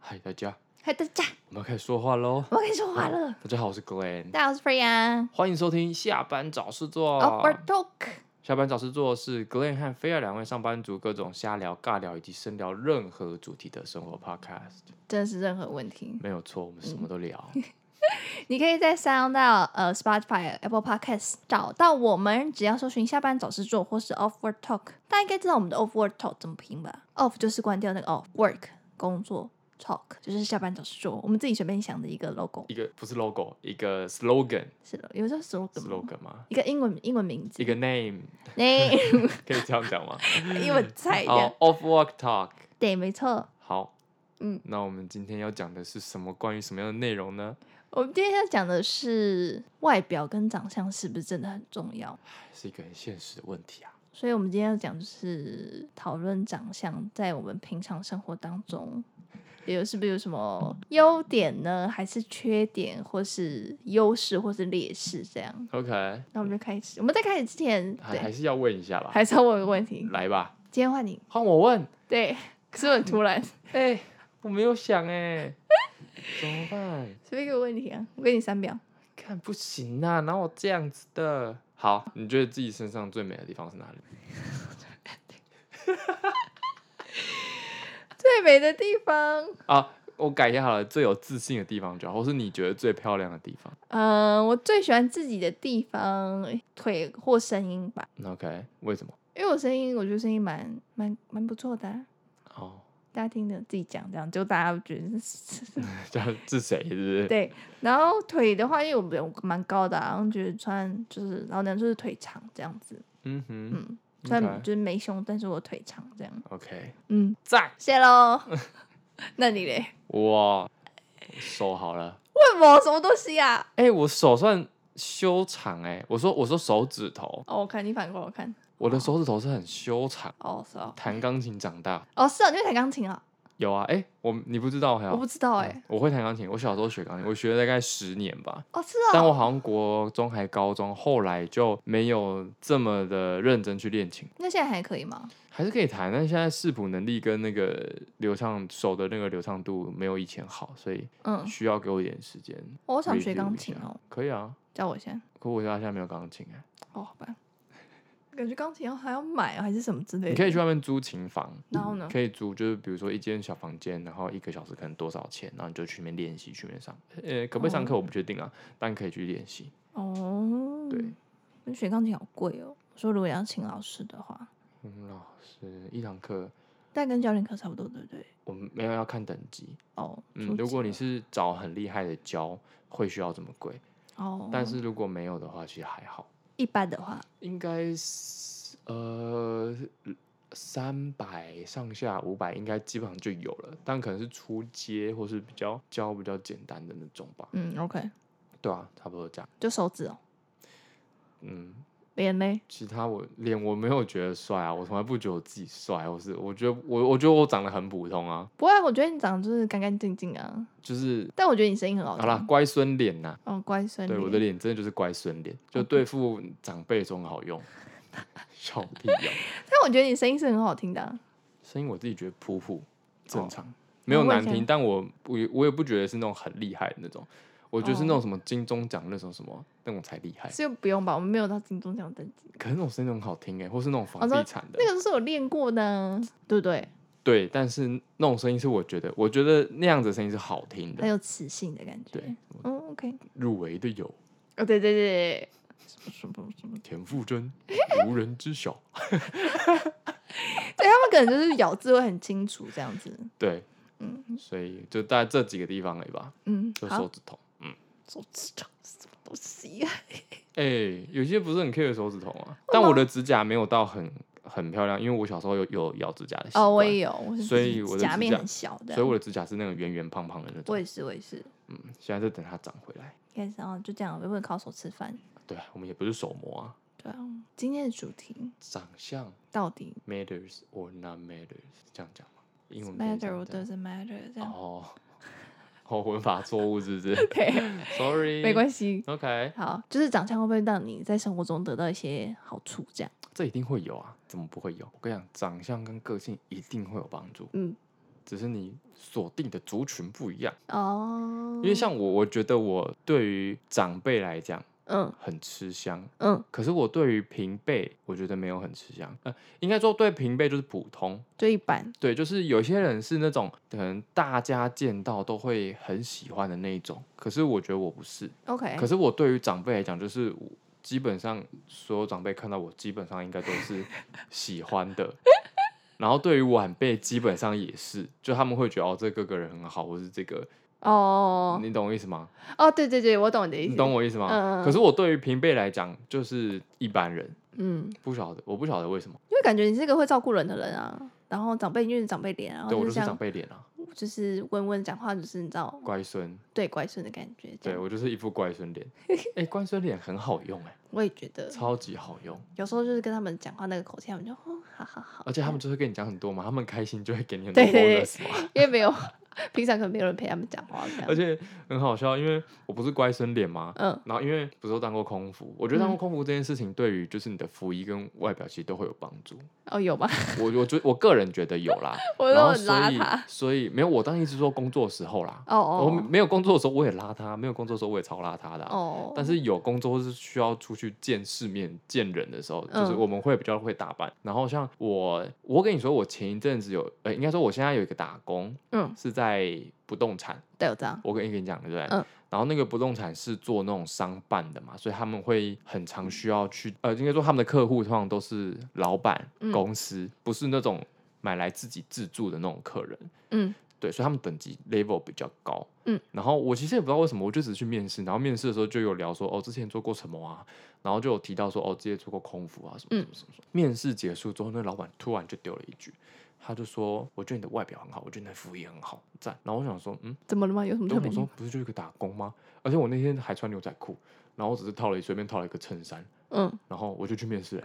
嗨，大家，嗨，大家，我们要开始说话喽！我跟你说话了。大家好，我是 Glenn，大家好，我是 Freya。欢迎收听下班找事做。 Over Talk，下班找事做是 Glenn 和菲尔两位上班族各种瞎聊、尬聊以及深聊任何主题的生活 Podcast。真的是任何问题，没有错，我们什么都聊。嗯你可以在 Sound 到呃 Spotify、Apple Podcast 找到我们，只要搜寻“下班找事做”或是 “Off Work Talk”。大家应该知道我们的 “Off Work Talk” 怎么拼吧？Off 就是关掉那个 off，work 工作，talk 就是下班找事做。我们自己随便想的一个 logo 一个不是 logo，一个 slogan，slogan 是的，有时候 slogan 吗吗？一个英文英文名字一， 个 name 那可以这样 讲吗？英文菜 这样好，Off Work Talk。对，没错。好，嗯，那我们今天要讲的是什么？关于什么样的内容呢？我们今天要讲的是外表跟长相是不是真的很重要？是一个很现实的问题啊。所以我们今天要讲就是讨论长相在我们平常生活当中，有是不是有什么优点呢？还是缺点，或是优势，或是劣势？这样， OK，那我们就开始。我们在开始之前，还还对，是要问一下吧。还是要问个问题。来吧，今天换你，换我问。对，可是我很突然，哎、我没有想哎、怎么办？随便一个问题啊，我给你三秒。看不行啊，哪有这样子的？好，你觉得自己身上最美的地方是哪里？最美的地方，啊，我改一下好了，最有自信的地方就好，或是你觉得最漂亮的地方。嗯、我最喜欢自己的地方，腿或声音吧。 OK，为什么？因为我声音，我觉得声音蛮蛮蛮不错的啊、哦，大家听着自己讲这样，就大家觉得是 这样哦是谁？是不是？对。然后腿的话，因为我们蛮高的、啊，然后觉得穿就是老娘就是腿长这样子，嗯哼嗯，虽然 OK 就是没胸，但是我腿长这样， ，OK，嗯，赞！谢喽。 那你嘞？哇，手好了。为什么什么东西啊？哎、我手算修长哎、我说我说手指头，哦，我看你反过来我看，我的手指头是很修长，哦是哦，弹钢琴长大。哦是哦，你会弹钢琴啊？有啊，哎、我你不知道还有我不知道哎、嗯我会弹钢琴，我小时候学钢琴，我学了大概十年吧。哦是但哦，我好像国中还高中，后来就没有这么的认真去练琴，那现在还可以吗？还是可以弹，但现在视谱能力跟那个流畅手的那个流畅度没有以前好，所以嗯，需要给我一点时间。哦我想学钢琴哦，，可以啊，教我先。可我家现在没有钢琴哎、哦，好吧。感觉钢琴要还要买、啊还是什么之类的。你可以去外面租琴房，然后呢？可以租，就是比如说一间小房间，然后一个小时可能多少钱，然后你就去那边练习，去那边上，呃，可不可以上课我不确定啊，但可以去练习。哦，对，那学钢琴好贵哦。我说如果要请老师的话，嗯，老师一堂课但跟教练课差不多，对不对？我们没有要看等级，哦，初嗯，级如果你了是找很厉害的教，会需要这么贵，哦，但是如果没有的话，其实还好，一般的话，应该是呃三百上下五百应该基本上就有了，但可能是初阶或是比较教比较简单的那种吧，嗯，OK，对啊，差不多这样，就手指哦，嗯。脸嘞，其他我脸我没有觉得帅啊，我从来不觉得我自己帅，我是我觉得我我觉得我长得很普通啊，不会啊，我觉得你长得就是干干净净啊，就是但我觉得你声音很好好啦，听。乖孙脸呐，哦，乖孙对女，我的脸真的就是乖孙脸，哦就对付长辈中好 用，笑屁哦、但我觉得你声音是很好听的啊、声音我自己觉得普普哦正常，没有我以难听，前但我我也我也不觉得是那种很厉害的那种，我觉得是那种哦什么金钟奖那种什么那种才厉害，所以不用吧，我们没有到金钟奖等级，可是那种声音很好听哎、或是那种哦房那地产的那，个都是我练过的啊，对不对？对，但是那种声音是我觉得我觉得那样子的声音是好听的很。有磁性的感觉。对，嗯，OK，入围的有哦，对对对，什么什么什么，田馥 甄，无人知晓。对他们可能就是咬字会很清楚这样子。对，嗯所以就大概这几个地方而已吧，嗯，就手好，指头。手指头什么东西啊？哎、有些不是很 care 手指头啊，但我的指甲没有到很很漂亮，因为我小时候有有咬指甲的习惯，哦，我也有，我是所指以我的甲指面甲很小的，所以我的指甲是那种圆圆胖胖的那我种。也是，我也是。嗯，现在就等它长回来。开始啊，就这样，我也不能靠手吃饭。对啊，我们也不是手模啊，对啊，今天的主题长相到底 matters or not matters，这样讲吗？英文可以这 matter 样 or 讲 doesn't matter 这样？哦，哦，文法错误是不是 对， ？Sorry， 没关系。 OK，好，就是长相会不会让你在生活中得到一些好处？这样，这一定会有啊，怎么不会有？我跟你讲，长相跟个性一定会有帮助。嗯，只是你锁定的族群不一样。哦，因为像我，我觉得我对于长辈来讲嗯很吃香，嗯，可是我对于平辈，我觉得没有很吃香。呃，应该说对平辈就是普通，就一般，对，就是有些人是那种可能大家见到都会很喜欢的那一种，可是我觉得我不是。 OK，可是我对于长辈来讲，就是我基本上所有长辈看到我，基本上应该都是喜欢的。 然后对于晚辈，基本上也是，就他们会觉得哦，这个个人很好，或是这个，哦你懂我意思吗？哦，对对对，我懂你的意思，你懂我意思吗？嗯嗯嗯可是我对于平辈来讲，就是一般人，嗯，不晓得，我不晓得为什么，因为感觉你是一个会照顾人的人啊，然后长辈就是长辈脸，然后对我哦就就是这长样，辈脸啊，就是温温讲话，就是你知道乖孙，对乖孙的感觉，这对样我就是一副乖孙 脸。哎、乖孙脸很好用、哎，我也觉得，超级好用，有时候就是跟他们讲话那个口气，他们就哦，好 好好，而且他们就会跟你讲很多嘛，他们开心就会给你很多对对对 bonus 嘛。因为没有平常可能没有人陪他们讲话，这样而且很好笑，因为我不是乖孙脸吗？嗯然后因为不是都当过空服，我觉得当过嗯空服这件事情对于就是你的服仪跟外表其实都会有帮助。哦 有吗？我我觉我个人觉得有啦， 我然都后很所邋以遢，所以没有我当然一直说工作的时候啦，哦我哦没有工作的时候我也邋遢，没有工作的时候我也超邋遢的啊、哦，但是有工作或是需要出去见世面、见人的时候，就是嗯我们会比较会打扮。然后像我，我跟你说，我前一阵子有，呃，应该说我现在有一个打工嗯，是在不动产，对，我这样，我跟跟你讲，对不对？嗯然后那个不动产是做那种商办的嘛，所以他们会很常需要去，呃，应该说他们的客户通常都是老板、嗯公司，不是那种买来自己自住的那种客人。嗯对，所以他们等级 level 比较高。嗯，然后我其实也不知道为什么，我就只去面试，然后面试的时候就有聊说，哦，之前做过什么啊，然后就有提到说，哦，之前做过空服啊，什嗯么什么什么什么。面试结束之后，那老板突然就丢了一句，他就说，我觉得你的外表很好，我觉得你的服务也很好，赞。然后我想说，嗯，怎么了吗？有什么对特我别？说不是就是个打工吗？而且我那天还穿牛仔裤，然后我只是套了随便套了一个衬衫，嗯，然后我就去面试了。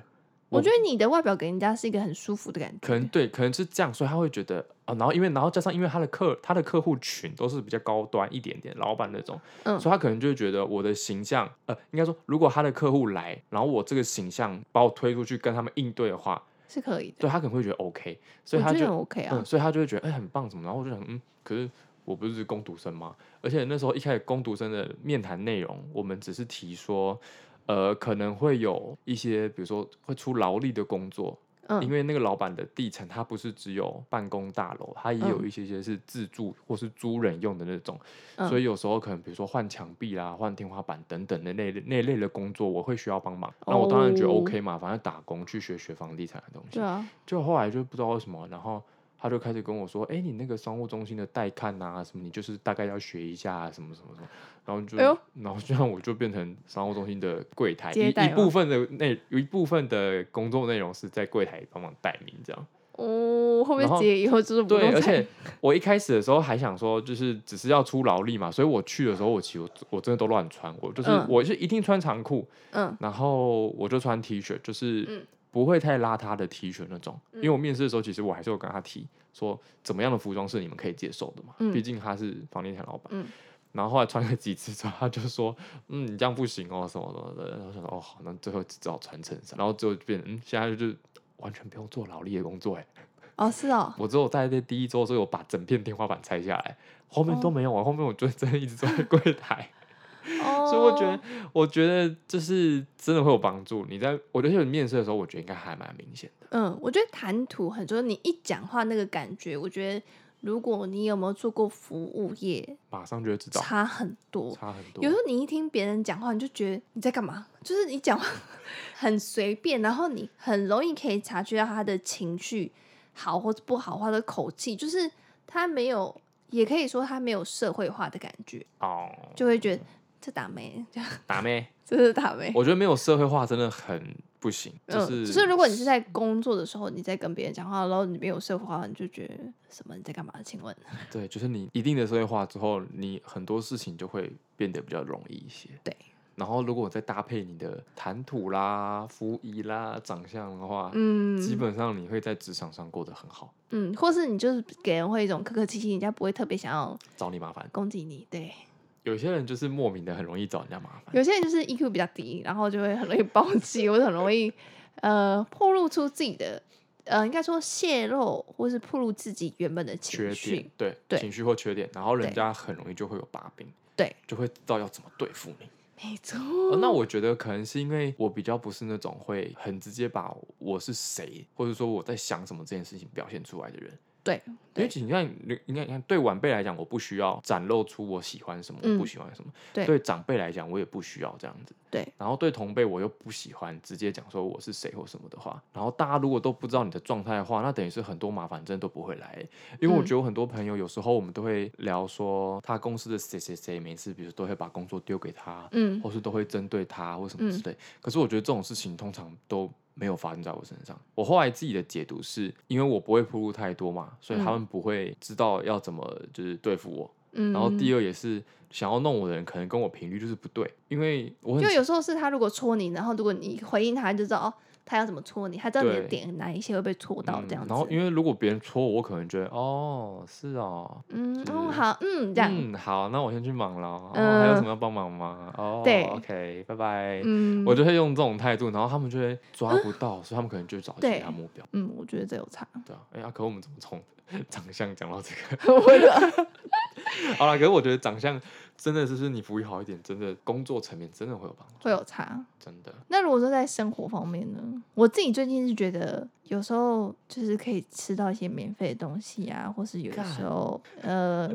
我我觉得你的外表给人家是一个很舒服的感觉，可能对，可能是这样，所以他会觉得啊、然后因为然后加上因为他的客他的客户群都是比较高端一点点，老板那种，嗯所以他可能就会觉得我的形象，呃，应该说如果他的客户来，然后我这个形象把我推出去跟他们应对的话，是可以的，对他可能会觉得 OK，所我以他觉就得很 OK 啊嗯，，所以他就会觉得哎、很棒什么，然后我就想嗯，可是我不是攻读生吗？而且那时候一开始攻读生的面谈内容，我们只是提说，呃，可能会有一些比如说会出劳力的工作，嗯，因为那个老板的地产它不是只有办公大楼，它也有嗯一些些是自住或是租人用的那种，嗯所以有时候可能比如说换墙壁啦、换天花板等等的那类那类的工作，我会需要帮忙。那我当然觉得哦 OK 嘛，反正打工去学学房地产的东西对。啊，就后来就不知道为什么，然后他就开始跟我说：“哎、你那个商务中心的带看啊，什么你就是大概要学一下、啊，什么什么什么。”然后就，哎呦然后这样我就变成商务中心的柜台，接一待一吗部分的内有一部分的工作内容是在柜台帮忙代名这样。哦，会不然会后结以后就是不对，动而产且我一开始的时候还想说，就是只是要出劳力嘛，所以我去的时候我其实我我真的都乱穿，我就是、嗯我是一定穿长裤，嗯然后我就穿 T 恤，就嗯是不会太邋遢的 T 恤那种。因为我面试的时候，其实我还是有跟他提说，怎么样的服装是你们可以接受的嘛？嗯毕竟他是房地产老板。嗯然后后来穿了几次之后，他就说：“嗯，你这样不行哦，什么什么的。”然后想说：“哦，好，那最后只好穿衬衫。”然后最后就变成，嗯，现在就是完全不用做劳力的工作。哎，哦是哦，我只有在这第一周，所以我把整片天花板拆下来，后面都没有啊。后面我就真的一直坐在柜台。哦，所以我觉得，我觉得就是真的会有帮助。你在我觉得你面试的时候，我觉得应该还蛮明显的。嗯，我觉得谈吐很重要。你一讲话那个感觉，我觉得如果你有没有做过服务业，马上就会知道，差很多。差很多有。时候你一听别人讲话，你就觉得你在干嘛？就是你讲话 很随便，然后你很容易可以察觉到他的情绪好或者不好，或者口气，就是他没有，也可以说他没有社会化的感觉，哦，就会觉得这打妹，这样打妹，这是打妹。我觉得没有社会化真的很不行。就嗯，是，就是如果你是在工作的时候，你在跟别人讲话，然后你没有社会化，你就觉得什么你在干嘛？请问，对，就是你一定的社会化之后，你很多事情就会变得比较容易一些。对。然后，如果再搭配你的谈吐啦、服仪啦、长相的话，嗯， 基本上你会在职场上过得很好，嗯，或是你就是给人会一种客客气气，人家不会特别想要找你麻烦。攻击你。对，有些人就是莫名的很容易找人家麻烦。有些人就是 E EQ 比较低，然后就会很容易暴气，或者很容易呃暴露出自己的呃，应该说泄露或是暴露自己原本的缺点情绪，，对对情绪或缺点，然后人对家很容易就会有把柄，对，哦就会知道要怎么对付你。没错，呃那我觉得可能是因为我比较不是那种会很直接把我是谁，或者说我在想什么这件事情表现出来的人。对，因为对其实你看，你你看，你看，对晚辈来讲，我不需要展露出我喜欢什么，我不嗯喜欢什么；对对长辈来讲，我也不需要这样子。对，然后对同辈，我又不喜欢直接讲说我是谁或什么的话。然后大家如果都不知道你的状态的话，那等于是很多麻烦真的都不会来、因为我嗯觉得我很多朋友有时候我们都会聊说他公司的谁谁谁，每次比如都会把工作丢给他，嗯，或是都会针对他或什么之类。可是我觉得这种事情通常都没有发生在我身上。我后来自己的解读是，因为我不会铺路太多嘛，所以他嗯们不会知道要怎么就是对付我。嗯，然后第二也是想要弄我的人，可能跟我频率就是不对，因为我很就有时候是他如果戳你，然后如果你回应他，就知道哦，他要怎么戳你，他知道你的对点哪一些会被戳到嗯这样子。然后因为如果别人戳我，我可能觉得哦是哦。嗯，就哦，是好，嗯，这样，嗯，好，那我先去忙了。哦，嗯还有什么要帮忙吗？哦，对，OK，拜拜。嗯，我就会用这种态度，然后他们就会抓不到，所以他们可能就找其对他目标。嗯，我觉得这有差。对啊，哎呀，可我们怎么从 长相讲到这个？ 我的，好啦，可是我觉得长相真的就是你服务好一点，真的工作层面真的会有帮助，会有差。真的。那如果说在生活方面呢，我自己最近是觉得有时候就是可以吃到一些免费的东西啊，或是有的时干候呃，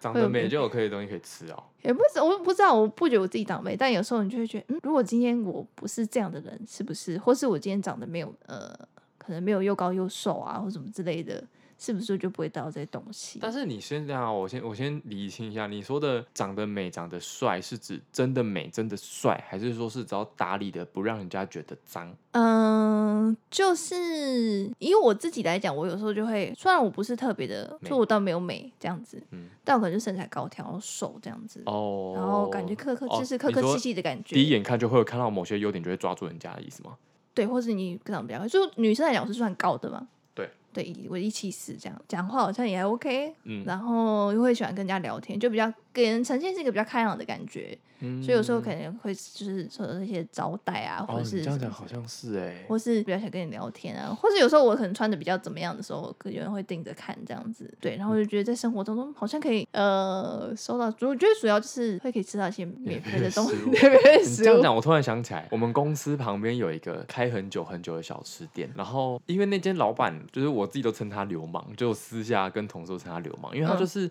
长会得有美变就有可以的东西可以吃哦。也不是我不知道，我不觉得我自己长辈，但有时候你就会觉得，嗯，如果今天我不是这样的人，是不是？或是我今天长得没有呃，可能没有又高又瘦啊，或什么之类的，是不是我就不会得到这些东西？但是你先这样，我先我先理清一下，你说的长得美、长得帅，是指真的美、真的帅，还是说是只要打理的不让人家觉得脏？嗯，就是以我自己来讲，我有时候就会，虽然我不是特别的，美就我倒没有美这样子，嗯但我可能就身材高挑、瘦这样子，哦，然后感觉客客，哦就是客你客说气气的感觉。第一眼看就会有看到某些优点，就会抓住人家的意思吗？对，或是你长得比较高，就女生来讲我是算高的嘛。对，对，我一七四这样，讲话好像也还 OK，嗯，然后又会喜欢跟人家聊天，就比较给人呈现是一个比较开朗的感觉，所以有时候可能能会就是说那些招待啊，嗯或哦，者你是这样什讲么好像是哎、或是比较想跟你聊天啊，或是有时候我可能穿的比较怎么样的时候，可能有人会盯着看这样子，对，然后我嗯就觉得在生活当中好像可以呃收到，我觉得主要就是会可以吃到一些免费的东西，免 免费的你食这样物，讲，我突然想起来，我们公司旁边有一个开很久很久的小吃店，然后因为那间老板就是我自己都称他流氓，就私下跟同事都称他流氓，因为他嗯就是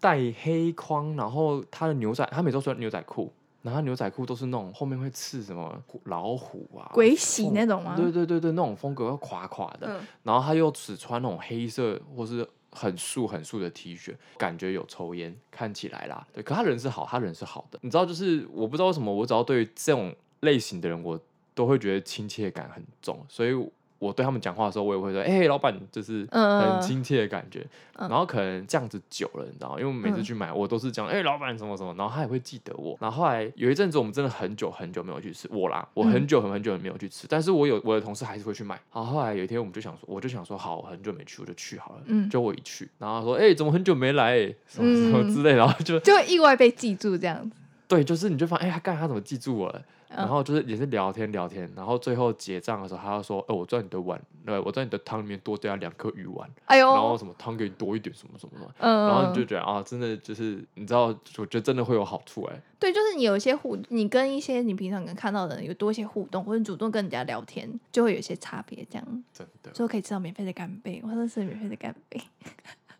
戴黑框，然后他的牛仔，他每周穿牛仔裤。然后牛仔裤都是那种后面会刺什么虎老虎啊、鬼洗凤那种吗对对对对，那种风格要垮垮的。嗯，然后他又只穿那种黑色或是很素很素的 T 恤，感觉有抽烟，看起来啦，对，可他人是好，他人是好的，你知道，就是我不知道为什么，我只要对于这种类型的人，我都会觉得亲切感很重，所以我对他们讲话的时候，我也会说，哎、老板，就是很嗯亲切的感觉，嗯然后可能这样子久了，你知道吗，因为我每次嗯去买，我都是讲，哎、老板什么什么，然后他也会记得我，然后后来有一阵子我们真的很久很久没有去吃，我啦，我嗯很久很很久没有去吃，但是我有我的同事还是会去买，然后后来有一天我们就想说，我就想说，好，我很久没去，我就去好了，嗯就我一去，然后他说，哎、怎么很久没来、什么什么嗯之类，然后就就意外被记住这样子，对，就是你就发现，哎、他干他怎么记住我了？然嗯后就是也是聊天聊天，然后最后结账的时候，他就说：“哦，我知道你的碗，对，我知道你的汤里面多加两颗鱼丸，哎呦，然后什么汤给你多一点，什么什么什么。”嗯，然后你就觉得啊，真的就是你知道，我觉得真的会有好处哎、对，就是你有一些互，你跟一些你平常能看到的人有多一些互动，或者主动跟人家聊天，就会有一些差别。这样，真的。所以可以吃到免费的干贝，我真的是免费的干 贝。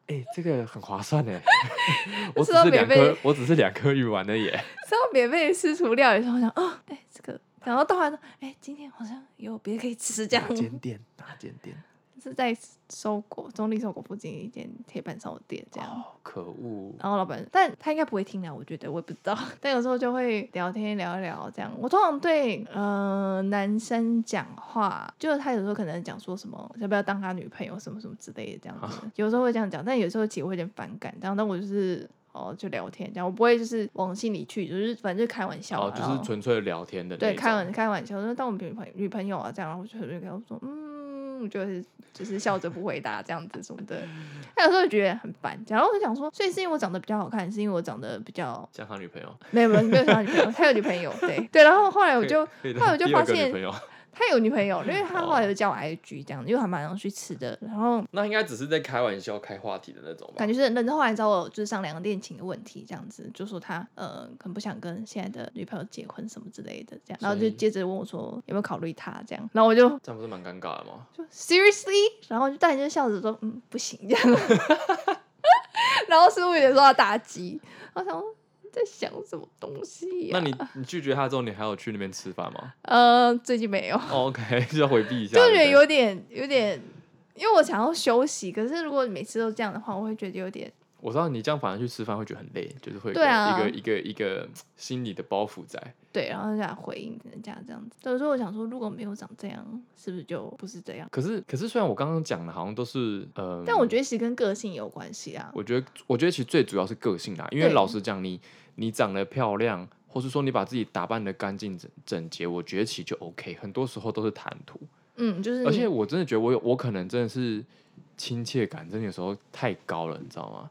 哎、这个很划算哎、 我只说到是两免费颗，我只是两颗鱼丸而已欸、吃到免费的私厨料理的时候，我想，哦，哎，这个，然后到完，哎，今天好像有别的可以吃，这样哪间店？哪间店？ 是在搜狗中立搜狗附近一间铁板烧的店，这 样。哦，可恶！然后老板，但他应该不会听啦，啊我觉得我也不知道。 但有时候就会聊天聊一聊这样。我通常对呃男生讲话，就是他有时候可能讲说什么要不要当他女朋友什么什么之类的这样 子，有时候会这样讲，但有时候其实会有点反感这样。但我就是。哦，就聊天这样，我不会就是往心里去，就是反正就开玩笑、哦，啊，就然是后纯粹聊天的那对种开玩开玩笑，说当我女朋女朋友啊这样，然后我就就跟他说，嗯，就是就是笑着不回答这样子什么的，他有时候就觉得很烦，然后我就想说，所以是因为我长得比较好看，是因为我长得比较像他女朋友，没有没有没有他女朋友，他有女朋友，对对，然后后来我可以就可以后来我就第 发二个女现朋友哦他有女朋友，因为他后来有加我 IG 这样，因为还蛮常去吃的，然后那应该只是在开玩笑、开话题的那种吧感？觉是很认真。后来找我就是商量恋情的问题，这样子就说他呃很不想跟现在的女朋友结婚什么之类的，这样，然后所就以接着问我说有没有考虑他这样，然后我就这样不是蛮尴尬的吗？就 seriously，然后就但就笑着说嗯不行这样， 然后师傅也说要打击，我想说你在想什么东西、呀那你你拒绝他之后，你还有去那边吃饭吗、呃最近没有， 哦 OK，就要回避一下，就对觉得不对有点有点，因为我想要休息，可是如果每次都这样的话，我会觉得有点我知道你这样反而去吃饭会觉得很累，就是会有对啊一个一个一个心理的包袱在。对，然后就想回应人家这样子。所以说我想说，如果没有长这样，是不是就不是这样？可是可是虽然我刚刚讲的好像都是呃，但我觉得其实跟个性有关系啊。我觉得，我觉得其实最主要是个性啦，因为对老实讲，你你长得漂亮，或是说你把自己打扮的干净整整洁，我觉得其实就 OK。很多时候都是谈吐，嗯，就是而且你我真的觉得我有，我可能真的是亲切感，真的有时候太高了，你知道吗？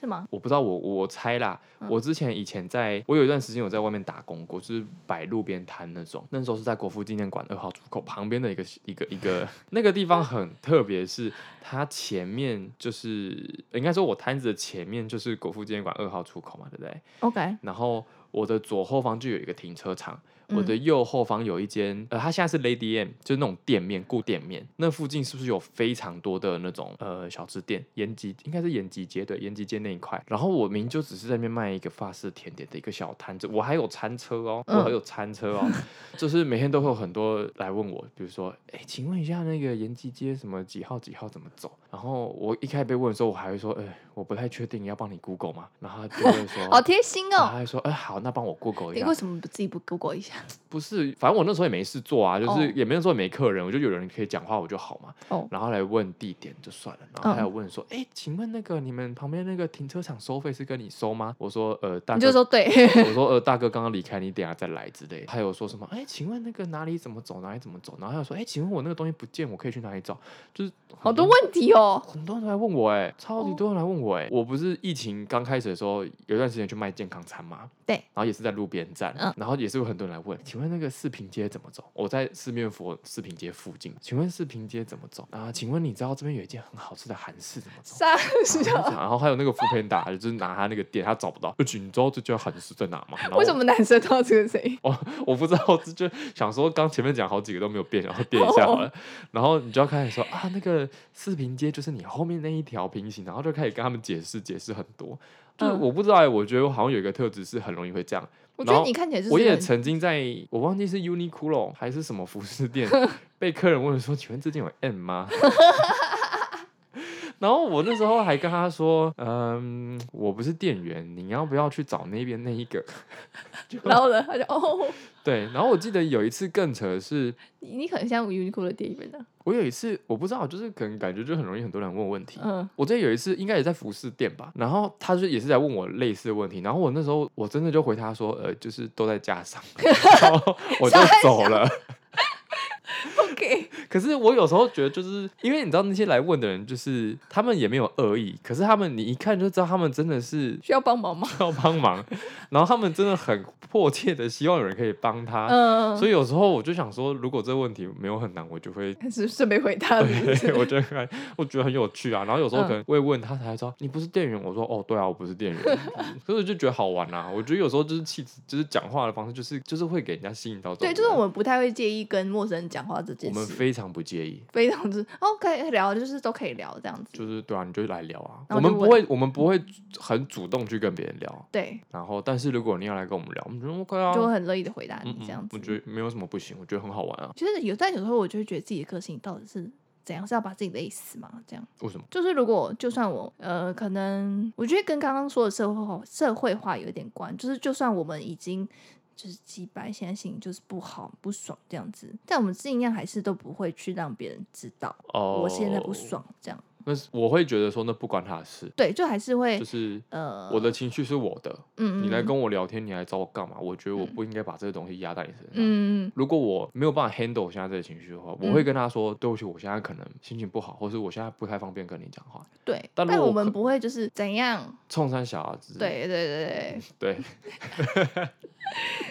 是吗？我不知道我，我我猜啦，嗯我之前以前在，我有一段时间有在外面打工过，就是摆路边摊那种。那时候是在国父纪念馆二号出口旁边的一个一个一 个那个地方很特别，是它前面就是应该说我摊子的前面就是国父纪念馆二号出口嘛，对不对？ OK，然后我的左后方就有一个停车场，我的嗯右后方有一间，呃，它现在是 Lady M，就是那种店面固店面。那附近是不是有非常多的那种呃小吃店？延吉应该是延吉街，对，延吉街那一块。然后我明就只是在那边卖一个法式甜点的一个小摊子，我还有餐车哦，我还嗯，有餐车哦， 就是每天都会有很多来问我，比如说，哎，请问一下那个延吉街什么几号几号怎么走？然后我一开始被问的时候，我还会说，哎，我不太确定，要帮你 Google 吗？然后他就会说好贴心然后 哦。他就说，哎、好，那帮我 Google 一你下为。什么不自己不 Google 一下？不是，反正我那时候也没事做啊，就哦是也没有说没客人，我就有人可以讲话，我就好嘛。哦，然后来问地点就算了，然后还有嗯问说，哎、请问那个你们旁边那个停车场收费是跟你收吗？我说，呃，大你哥就，说对，我说，呃，大哥刚刚离开，你等一下再来之类的。还有说什么，哎、请问那个哪里怎么走，哪里怎么走？然后还有说，哎、请问我那个东西不见，我可以去哪里找？就是好多问。问题哦。很多人都来问我哎、超级哦多人来问我哎、我不是疫情刚开始的时候，有一段时间去卖健康餐嘛，对然后也是在路边站，嗯然后也是有很多人来问，请问那个四平街怎么走？我在四面佛四平街附近，请问四平街怎么走啊？请问你知道这边有一间很好吃的韩式怎么 走？三然十后就讲然后还有那个副片打，就是拿他那个店，他找不到，就你知道这家韩式在哪吗？然后哦为什么男生都要这个声音？我不知道，就就想说刚前面讲好几个都没有变，然后变一下哦好了。 然后你就要开始说啊，那个四平街就是你后面那一条平行，然后就开始跟他们解释解释很多。就是嗯我不知道、欸，我觉得我好像有一个特质是很容易会这样。我觉然得后你看起来就是我也很曾经在我忘记是 Uniqlo 还是什么服饰 店，被客人问说：“请问这件有 M 吗？” 然后我那时候还跟他说：“嗯，我不是店员，你要不要去找那边那一个然后呢，他就哦，？”对，然后我记得有一次更扯的是，你你可能像 Uniqlo 的店员呢。我有一次我不知道，就是可能感觉就很容易很多人问问题。嗯，我记得有一次应该也在服饰店吧，然后他就也是在问我类似的问题，然后我那时候我真的就回他说，呃，就是都在架上， 然后 我就走了。 OK，可是我有时候觉得，就是因为你知道那些来问的人，就是他们也没有恶意，可是他们你一看就知道他们真的是需要帮忙吗？要帮 忙，然后他们真的很迫切的希望有人可以帮他，嗯，啊所以以有时候我就想说，如果这个问题没有很难，我就 会是顺便回答了。哦对，我觉得很我觉得很有趣啊。然后有时候嗯可能会问他，才知道你不是店员。我说哦，对啊，我不是店员， 所以我就觉得好玩啊。我觉得有时候就是气质，就是讲话的方式，就是就是会给人家吸引到这种对，人。啊就是我们不太会介意跟陌生人讲话这我件们事，非常不介意，非常之哦可以聊，就是都可以聊这样子。就是对啊，你就来聊啊。然后我们就不问嗯会，我们不会很主动去跟别人聊。对，然后，但是如果你要来跟我们聊，我们觉得 OK 啊，就会很乐意的回答你嗯嗯这样子。我觉得没有什么不行，我觉得很好玩啊。其实有，但有时候我就会觉得自己的个性到底是怎样，是要把自己累死吗？这样为什么？就是如果就算我呃，可能我觉得跟刚刚说的社会化社会化有点关，就是就算我们已经就是几百，现在心情就是不好不爽这样子，但我们尽量还是都不会去让别人知道哦，我现在不。爽这样。那是我会觉得说，那不关他的事，对，就还是会就是呃，我的情绪是我的，嗯，嗯你来嗯跟我聊天，你来找我干嘛？我觉得我不应该把这个东西压在你身上。嗯，如果我没有办法 handle 我现在这个情绪的话，我会跟他说：“对不起，我现在可能心情不好，或是我现在不太方便跟你讲话。对，但但如果我我们可不会就是怎样，”冲山小啊之类对对对对，对，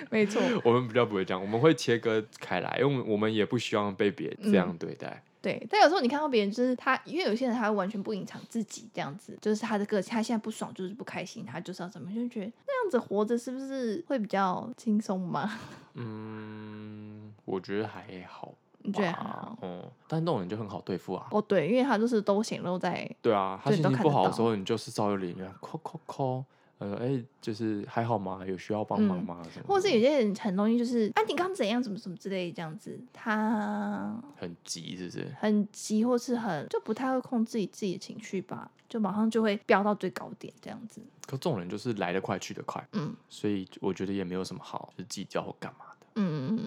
没错，我们比较不会这样，我们会切割开来，因为我们我们也不希望被别人这嗯样对待。对。但有时候你看到别人就是他，因为有些人他会完全不隐藏自己这样子，就是他的个性，他现在不爽就是不开心，他就是要怎么，就觉得那样子活着是不是会比较轻松嘛？嗯，我觉得还好 你觉得还吧好？，嗯，但那种人就很好对付啊。哦，对，因为他就是都显露在，对啊，他对心都情看不得好的到时候，你就是稍微理人，扣扣扣，呃，哎、就是还好吗？有需要帮忙嗯吗？什么或者的是有些人很容易就是啊，你刚刚怎样，怎么怎么之类这样子，他很急，是不是？很急或是很就不太会控制自己的情绪吧，就马上就会飙到最高点这样子，可这种人就是来得快去得快，嗯。所以我觉得也没有什么好就是计较或干嘛的。嗯，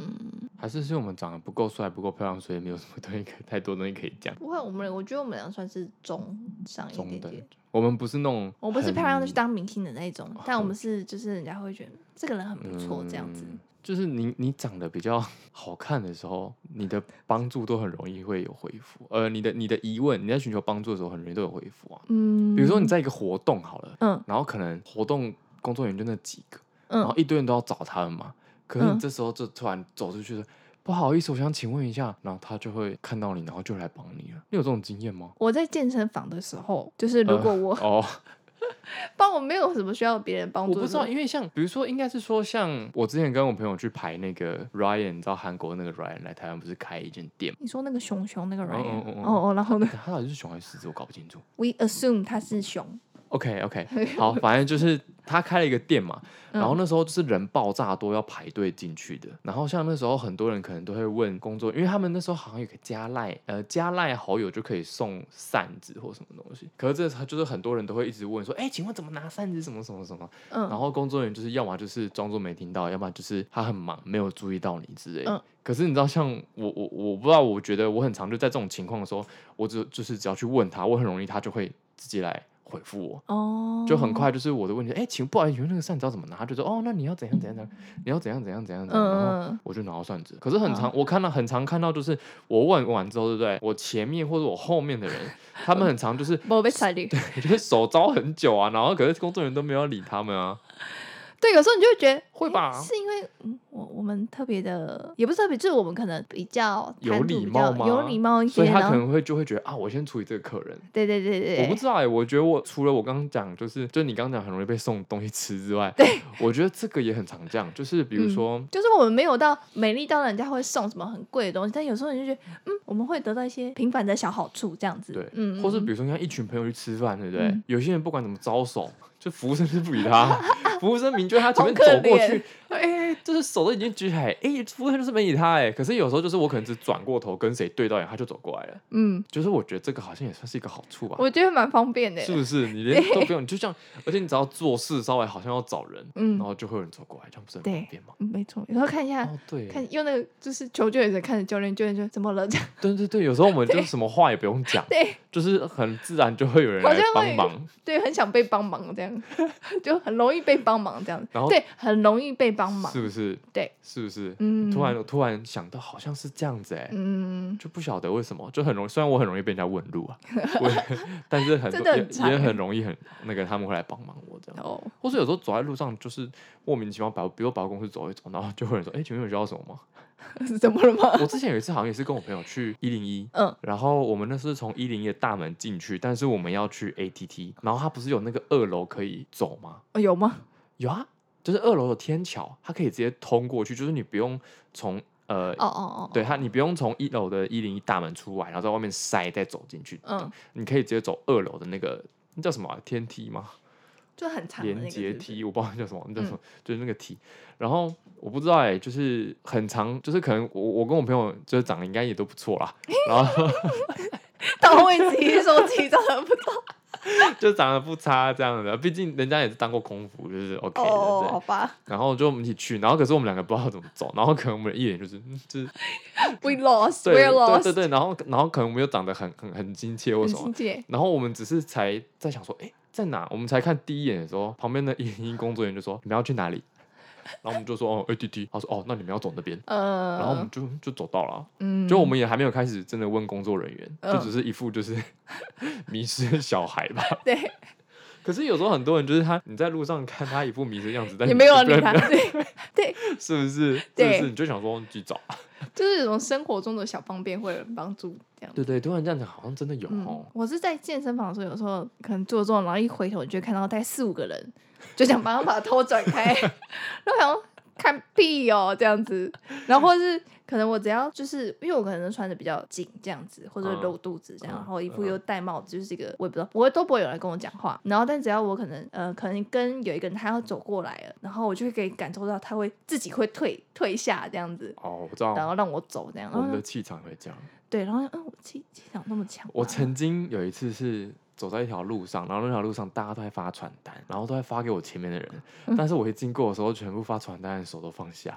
还是是我们长得不够帅、不够漂亮，所以没有什么东西可以太多东西可以讲。不会，我们我觉得我们俩算是中上一中点等点。，我们不是那种，我不是漂亮的去当明星的那一种，但我很们是就是人家会觉得这个人很不错这样子。嗯就是你你长得比较 好看的时候，你的帮助都很容易会有回复。呃，你的你的疑问，你在寻求帮助的时候，很容易都有回复啊。嗯，比如说你在一个活动好了，嗯然后可能活动工作人员就那几个，然后嗯一堆人都要找他们嘛。可是嗯你这时候就突然走出去说：“不好意思，我想请问一下。”然后他就会看到你，然后就来帮你了。你有这种经验吗？我在健身房的时候，就是如呃 果我哦，帮、我没有什么需要别人帮我不助的知时候，道，因为像比如说，应该是说像我之前跟我朋友去排那个 Ryan，你知道韩国那个 Ryan 来台湾不是开一间店吗？你说那个熊熊那个人，嗯嗯嗯嗯哦哦，然后呢他到底是熊还是狮子，我搞不清楚。 ，we assume 他是熊， OK OK，好，反正就是他开了一个店嘛，嗯然后那时候就是人爆炸多，要排队进去的。然后像那时候很多人可能都会问工作，因为他们那时候好像有个加赖，呃，加赖好友就可以送扇子或什么东西。可是这他就是很多人都会一直问说，哎、请问怎么拿扇子？什么什么什么？然嗯后工作人员就是要么就是装作没听到，要么就是他很忙没有注意到你之类的。嗯可是你知道，像我我我不知道，我觉得我很常就在这种情况的时候，我只就是只要去问他，我很容易他就会直接来回复我。哦，就很快，就是我的问题，哎、请不好意思，请问那个扇子要怎么拿？他就说，哦，那你要怎样怎样怎样，你要怎样怎样怎样嗯，怎样，然后嗯嗯我就拿到扇子。可是很常，啊我看到很常看到，就是我问完之后，对不对？我前面或者我后面的人，他们很常 就是嗯，我被踩绿， 就是手招很久啊，然后可是工作人员都没有理他们啊，对，有时候你就会觉得 会吧？是因为嗯我我们特别的，也不是特别，就是我们可能比较有谈吐礼比貌较吗有礼貌一些，所以他可然后能会就会觉得啊，我先处理这个客人。对对对我对，不对知道哎、我觉得我除了我刚刚讲，就是就你刚刚讲很容易被送东西吃之外，对，我觉得这个也很常这样，就是比如嗯说，就是我们没有到美丽到人家会送什么很贵的东西，但有时候你就觉得，嗯，我们会得到一些平凡的小好处，这样子，对，嗯，或是嗯比如说像一群朋友去吃饭，对不对？嗯有些人不管怎么招手，就服务生就是不理 他，服务生明就他前面好可走过怜去，哎、就是手都已经举起来，哎、服务生就是没理他、哎，可是有时候就是我可能只转过头跟谁对到眼，他就走过来了，嗯，就是我觉得这个好像也算是一个好处吧。我觉得蛮方便的，是不是？你连都不用，你就这样，而且你只要做事稍微好像要找人，嗯然后就会有人走过来，这样不是很对方便吗？嗯没错，有时候看一下。哦，对，看用那个就是求救眼神看着教练，教练就怎么了 这样，对对对，有时候我 们就是什么话也不用讲，对就是很自然就会有人好来像帮会忙。对，很想被帮忙这样， 就很容易被帮忙这样，然后对，很容易被帮忙是，不是？对，是不是？嗯突然我突然想到，好像是这样子哎、嗯，就不晓得为什么，就很容易。虽然我很容易被人家问 路啊，我但是很真多的也很常也很容易很那个他们会来帮忙我这样。哦， 或是有时候走在路上，就是莫名其妙百货，比如百货公司走一走，然后就会有人说：“哎、请问有需要什么吗是怎么了吗？？” 我之前有一次好像也是跟我朋友去一零一，嗯，然后我们那是从一零一的大门进去，但是我们要去 ATT，然后它不是有那个二楼可以走吗？哦有吗？有啊，就是二楼有天桥，它可以直接通过去，就是你不用从呃，哦哦哦，对它你不用从一楼的一零一大门出来，然后在外面塞再走进去，嗯，你可以直接走二楼的那个那叫什么啊、天梯吗？就很长的那连个接是嗯不是， 梯，我不知道那叫什么，那叫什么，就是那个梯。然后我不知道哎、就是很长，就是可能我我跟我朋友就是长得 应该也都不错啦，然后到位自己说自己长得不错，就长得不差这样的，毕竟人家也是当过空服，就是 OK 的。哦，对 好吧然后就我们一起去，然后可是我们两个不知道怎么走，然后可能我们一脸就是，嗯就是，We lost, 对 we're 对 lost，对对，然后然后可能没有长得很很很亲切或很什么亲，切，然后我们只是才在想说，哎，在哪？我们才看第一眼的时候，旁边的影音工作人员就说你们要去哪里？然后我们就说哦 A T T，他说哦那你们要走那边，呃，然后我们就就走到了，啊嗯，就我们也还没有开始真的问工作人员，就嗯只是一副就是 迷失的小孩吧。 对，可是有时候很多人就是他，你在路上看他一副迷失的样子，但也你没有人不理能他，对， 是不是？是不对是？你就想说去找，就是有种生活中的小方便会有人帮助这样。对对，突然这样子好像真的有嗯哦，。我是在健身房的时候，有时候可能做做，然后一回头就会看到大概四五个人，就想把他把头转 开，然后想说看屁哦这样子，然后或是可能我只要就是因为我可能穿的比较紧这样子，或者嗯露肚子这样，嗯然后一副嗯又戴帽子，就是一个我也不知道，我都不会有人跟我讲话，然后但只要我可能呃可能跟有一个人他要走过来了，然后我就会可以感受到他会自己会退退下这样子。哦，我知然道，后让我走这样，我然们后的气场会这样。对，然后嗯，我气气场那么强吗，我曾经有一次是走在一条路上，然后那条路上大家都在发传单，然后都在发给我前面的人，嗯但是我一经过的时候，全部发传单的手都放 下，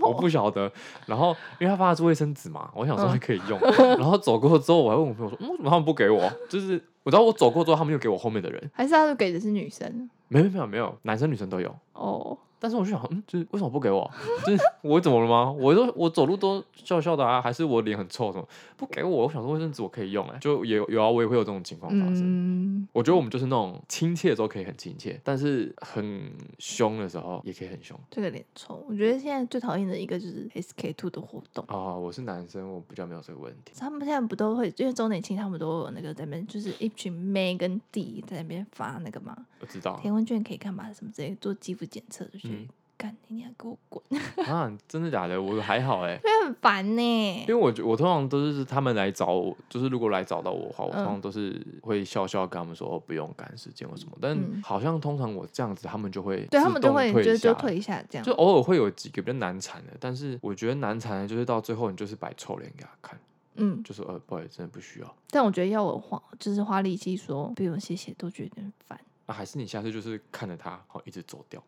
我不晓得。然后因为他发的是卫生纸嘛，我想说嗯还可以 用，然后走过之后，我还问我朋友说，嗯，为什么他们不给我？就是我知道我走过之后，他们又给我后面的人，还是他就给的是女生没有没有没有，男生女生都有。哦，但是我就想，嗯，就是为什么不给我？ 就是我怎么了吗？我都我走路都笑笑的啊，还是我脸很臭什么？不给我，我想说卫生纸我可以用哎、就也有有啊，我也会有这种情况发生。嗯，我觉得我们就是那种亲切的时候可以很亲切，但是很凶的时候也可以很凶这个脸臭。我觉得现在最讨厌的一个就是 SK two 的活动，啊、我是男生，我比较没有这个问题。他们现在不都会，因为周年庆他们都有那个在那边，就是一群妹跟弟在那边发那个嘛，我知道填问卷可以干嘛什么之类，做肌肤检测就去哦嗯干你娘给我 滚，因啊，真的假的？我还好哎、为很烦呢、因为我觉我通常都是他们来找我，就是如果来找到我的话，我嗯通常都是会笑笑跟他们说、哦、不用赶时间或什么，但嗯好像通常我这样子，他们就会对他自们都动会退就就下退一下这样，就哦偶尔会有几个比较难缠的，但是我觉得难缠的就是到最后你就是摆臭脸给他看，嗯。就是呃不好意思，真的不需要。但我觉得要我花就是花力气说不用谢谢，都觉得很烦。那、啊还是你下次就是看着他，然后一直走掉。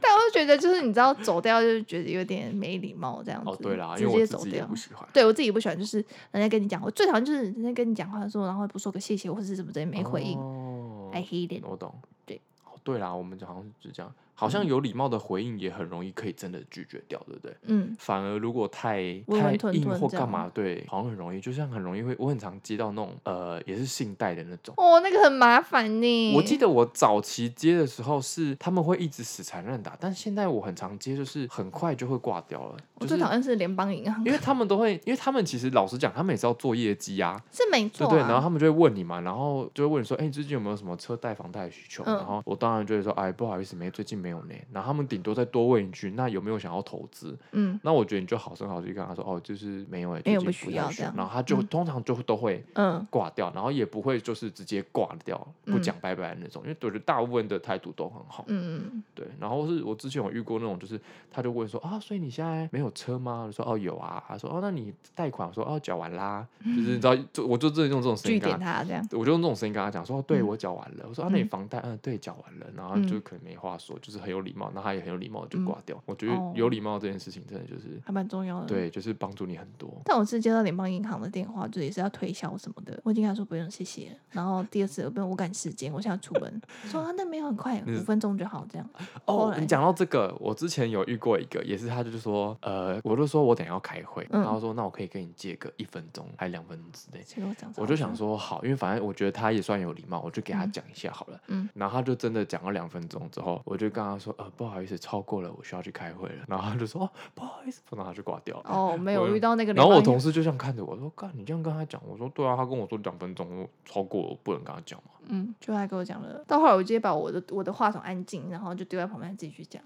但我就觉得就是你知道走掉，就是觉得有点没礼貌这样子。哦，对啦，因直为接我自走己也掉不。喜欢。对我自己不喜欢，就是人家跟你讲，我最讨厌就是人家跟你讲话的时候，然后不说个谢谢或是什么之类没回应、哦 i hate it。我懂。对哦，对啦，我们好像是这样，好像有礼貌的回应也很容易可以真的拒绝掉，对不对？嗯，反而如果太文太文吞硬吞或这干样嘛，对，好像很容易，就像很容易会，我很常接到那种呃，也是信贷的那种。哦，那个很麻烦呢。我记得我早期接的时候是他们会一直死缠烂打，但现在我很常接，就是很快就会挂掉了，我就是哦最讨厌是联邦银行因，为他们都会，因为他们其实老实讲，他们也是要做业绩啊，是没错、对啊。不对？然后他们就会问你嘛，然后就会问你说，哎、你最近有没有什么车贷、房贷的需求？嗯然后我当然就会说，哎，不好意思，没，最近没有呢。然后他们顶多再多问一句，那有没有想要投资？嗯那我觉得你就好声好气跟他说，哦，就是没有哎、没最有近不不需要太这样然后他就、嗯通常就都会嗯，挂掉，然后也不会就是直接挂掉不嗯讲拜拜的那种，因为我觉得大部分的态度都很好。嗯，对，然后是我之前有遇过那种，就是他就问说啊，所以你现在没有车吗？我说哦有啊，他说哦那你贷款，我说哦缴完啦，就是你知道，就我就真的用这种声据音跟点他。他这样。我就用这种声音跟他讲说，哦对嗯我缴完了。我说啊，那你嗯房贷，嗯，对，缴完了。然后他就嗯可能没话说，就是很有礼貌，然后他也很有礼貌就嗯挂掉。我觉得哦有礼貌这件事情真的就是，还蛮重要的。，对，就是帮助你很多。但我是接到联邦银行的电话，就也是要推销什么的，我已经跟他说不用谢谢。然后第二次我不用我赶时间，我想要出门， 说啊那没有很快，你五分钟就好这样。后哦，来你讲到这个，我之前有遇过一个，也是他就是说，呃，我就说我等一下要开会，嗯然后说那我可以跟你借个一分钟还两分钟之类，结果讲我就想，说好，因为反正我觉得他也算有礼貌，我就给他嗯讲一下好了。 嗯然后他就真的讲了两分钟之后，我就跟他说，呃，不好意思，超过了，我需要去开会了。然后他就说，哦、不好意思，然后他就挂掉了。哦，没我有遇到那个联然邦后银行。我同事就这样看着我说：“干，你这样跟他讲？”我说：“对啊，他跟我说两分钟，我超过我不能跟他讲嘛。嗯，就他跟我讲了，到后来我直接把我的我的话筒安静，然后就丢在旁边自己去讲。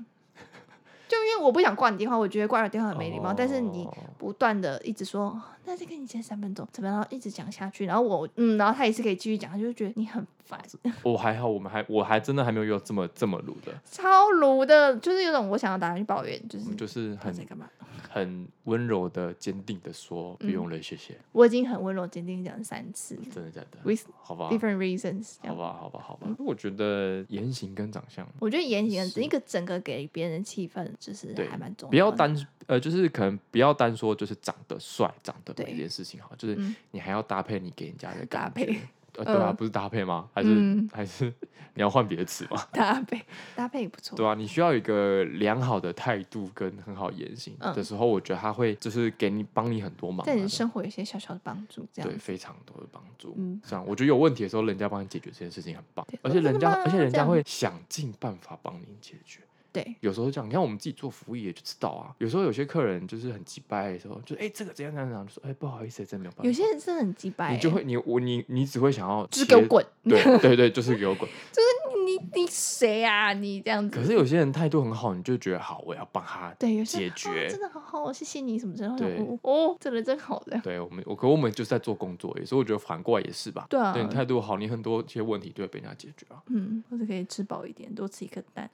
就因为我不想挂你电话，我觉得挂了电话很没礼貌。但是你哦不断的一直说那再给你前三分钟，怎么样然后一直讲下去，然后我嗯，然后他也是可以继续讲，他就觉得你很烦， 我还好，我们还我还真的还没有遇到这么这么鲁的，超鲁的，就是有种我想要打他去抱怨，就我是们就是他嗯在很干嘛？嗯很温柔的、坚定的说不用了，谢谢，我已经很温柔坚定地讲三次真的假的？ ，with 好吧， different reasons，这好样。嗯吧，好吧，好吧。我觉得言行跟长相，我觉得言行是一个整个给别人的气氛，就是对还蛮重要的。不要单呃，就是可能不要单说就是长得帅、长得美对这件事情哈，就是嗯你还要搭配你给人家的搭感觉配。呃，对啊，嗯不是搭配吗？还是、嗯还是你要换别的词吗？搭 配，搭配也不错。对啊，你需要有一个良好的态度跟很好言行嗯的时候，我觉得他会就是给你帮你很多忙啊，在你的生活有一些小小的帮助，这对样子。非常多的帮助。嗯这样我觉得有问题的时候，人家帮你解决这件事情很棒对，而哦且真的人家吗而且人这家样会想尽办法帮你解决。对，有时候这样，你看我们自己做服务业就知道啊。有时候有些客人就是很急掰的时候，就哎、这个怎样怎样怎样，就说哎、不好意思，真的没有办法。有些人真的很鸡掰欸，你就会你我你你只会想要就是给我切，滚！ 对对对，就是给我滚。 你你谁啊？你这样子。可是有些人态度很好，你就觉得好，我要帮他。对，有些人解哦决真的好好，谢谢你什么之类的。对哦哦，这人真好的。对我们，我可我们就是在做工作而已，所以我觉得反过来也是吧。对啊对你态度好，你很多一些问题就会被人家解决啊。嗯，或者可以吃饱一点，多吃一颗蛋。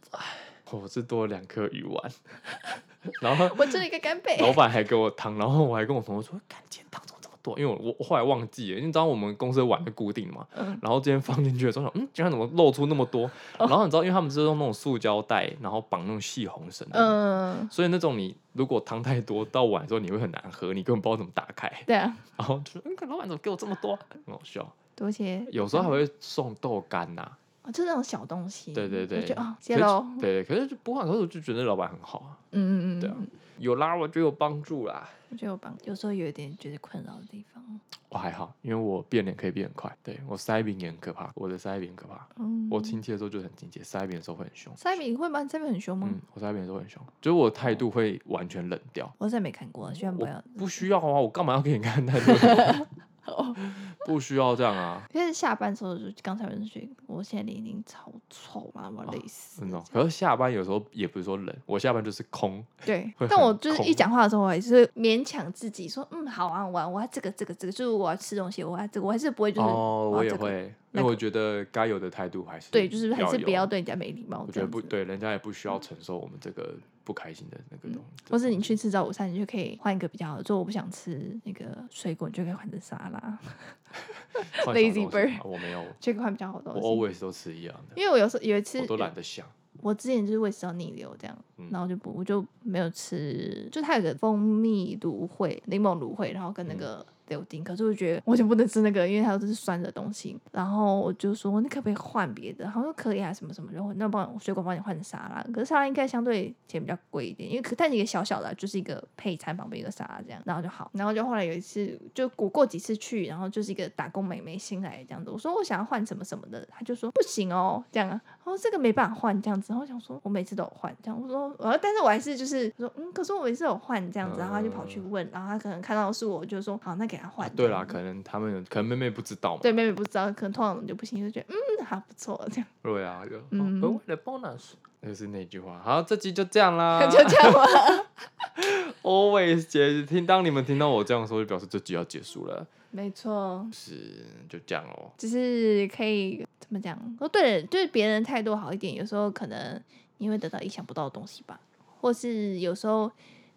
我是多了两颗鱼丸， 然后我吃了一个干贝。 老板还给我汤，然后我还跟我朋友说，干今天汤怎么这么多？因为我我后来忘记了，因为当我们公司的碗就固定嘛，嗯然后今天放进去的时候想，嗯，竟然怎么露出那么多？然后你知道，因为他们是用那种塑胶袋，然后绑那种细红绳，嗯，嗯，所以那种你如果汤太多，到碗的时候你会很难喝，你根本不知道怎么打开， 对啊，然后就说，嗯，老板怎么给我这么多？很好笑。多些有时候还会送豆干呐、哦，就那种小东西。对对对我觉得可哦，接是喽。对对，可是就不管，可是我就觉得老板很好啊，嗯嗯嗯，对啊嗯，有拉我就有帮助啦。我觉得我帮，有时候有一点觉得困扰的地方。我还好，因为我变脸可以变很快，对我腮饼也很可怕，我的腮饼很可怕。嗯，我亲切的时候就很亲切，腮饼的时候会很凶。塞米会吗？塞米很凶吗？嗯，我腮饼的时候很凶，就是我态度会完全冷掉。我再没看过，希望不要我。不需要啊，我干嘛要给你看态 度？不需要这样啊，因为下班的时候就刚才有人觉得我现在脸已经超臭了，我要累死真的了哦。这样。可是下班有时候也不是说冷，我下班就是空，对 会，但我很就是恐一讲话的时候，我还是勉强自己说，嗯，好啊，我要我要这个这个这个，就是我要吃东西，我要这个，我还是不会就是哦，我要也这个会，那因为个我觉得该有的态度还是对，就是还是不有啊要。对人家没礼貌。我这觉得样不子，对，人家也不需要承受我们这个不开心的那个东西。嗯或是你去吃早午餐，你就可以换一个比较好的，就我不想吃那个水果，你就可以换成沙拉， 换 lazy 什么东西 bird 啊我没有，就可以换比较好的我东西。 always 都吃一样的。因为我有时候有一次我都懒得想。我之前就是胃食道逆流这样，嗯然后就不我就没有吃，就它有个蜂蜜芦荟、柠檬芦荟，然后跟那个柳丁，可是我觉得我就不能吃那个，因为它都是酸的东西。然后我就说你可不可以换别的？他说可以啊，什么什么。然后那帮我水果帮你换沙拉，可是沙拉应该相对钱比较贵一点，因为可但一个小小的啊，就是一个配餐旁边一个沙拉这样，然后就好。然后就后来有一次就我过几次去，然后就是一个打工妹妹新来这样子，我说我哦想要换什么什么的，他就说不行哦，这样啊，然后这个没办法换这样子，然后我想说我每次都有换这样，我说呃，但是我还是就是说嗯，可是我每次有换这样子，然后他就跑去问，然后他可能看到是我就说好，哦那给他换、对这样啦，子可能他们有可能妹妹不知道嘛。对妹妹不知道，可能通常我们就嗯不行，就觉得嗯还不错这样， 对啊，就嗯额外的 bonus，就是那句话。好，这集就这样啦。 就这样吧。 always 结听，当你们听到我这样说，就表示这集要结束了。没错，是，就这样哦。就是可以怎么讲？哦，对了，对别人态度好一点，有时候可能你会得到意想不到的东西吧，或是有时候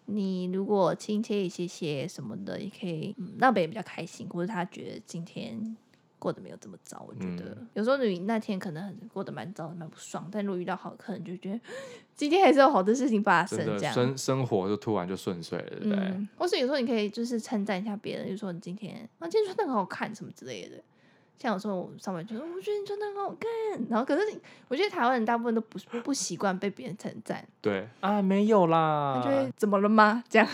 你如果亲切一些些什么的，也可以、嗯、让别人比较开心，或者他觉得今天。过得没有这么糟，我觉得、嗯有时候你那天可能很过得蛮糟的，蛮不爽，但如果遇到好的客人，就觉得嗯今天还是有好的事情发生真，的这样生生活就突然就顺遂了，对不对？嗯，或是有时候你可以就是称赞一下别人，就说你今天啊今天穿的很好看什么之类的。像有时候我上班就说，我觉得你穿的很好看，然后可是你我觉得台湾人大部分都不不习惯被别人称赞，对啊，没有他啦就，会怎么了吗？这样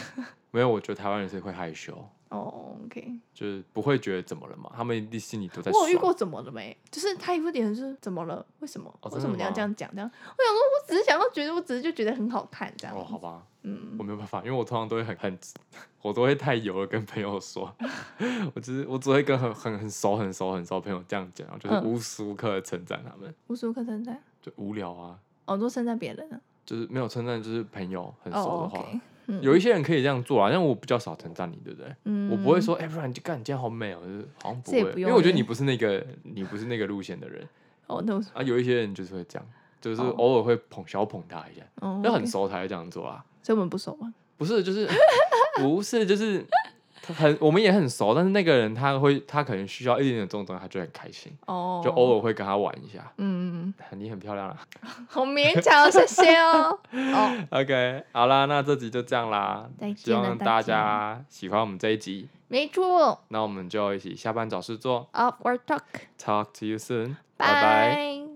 没有。我觉得台湾人是会害羞，哦，OK，就是不会觉得怎么了嘛，他们一定心里都 在爽。我有遇过怎么了没？就是他一副脸就是怎么了？为什么？哦为真什的么你要吗这样讲？这样我想说，我只是想要觉得，我只是就觉得很好看这样。哦，好吧，嗯，我没有办法，因为我通常都会很很， 我都会太油了跟朋友说， 我只是我只会跟很很很熟很熟很熟的朋友这样讲，然后就是嗯无时无刻的称赞他们，无时无刻称赞，就无聊啊，哦，都称赞别人啊。就是没有称赞就是朋友很熟的哦话， ，OK，嗯有一些人可以这样做啊，但我比较少称赞你，对不对？嗯我不会说，哎、不然你就干，你今天好美哦，就是好像不这会，也不因用为我觉得欸你不是那个，你不是那个路线的人哦，那我啊。有一些人就是会这样，就是哦偶尔会捧小捧他一下，哦，要很 OK，熟才会这样做啊。所以我们不熟吗？不是，就是 不是，就是他很，我们也很熟，但是那个人他会，他可能需要一点点这种东西，他就很开心，哦，就偶尔会跟他玩一下。嗯，嗯你很漂亮啊。 嗯好勉强哦，谢谢哦，哦， OK，好啦，那这集就这样啦再，希见了望大大家家喜欢我们这一集。没错那我们就一起下班找事做，Upward Talk， ，Talk to you soon，拜拜。拜。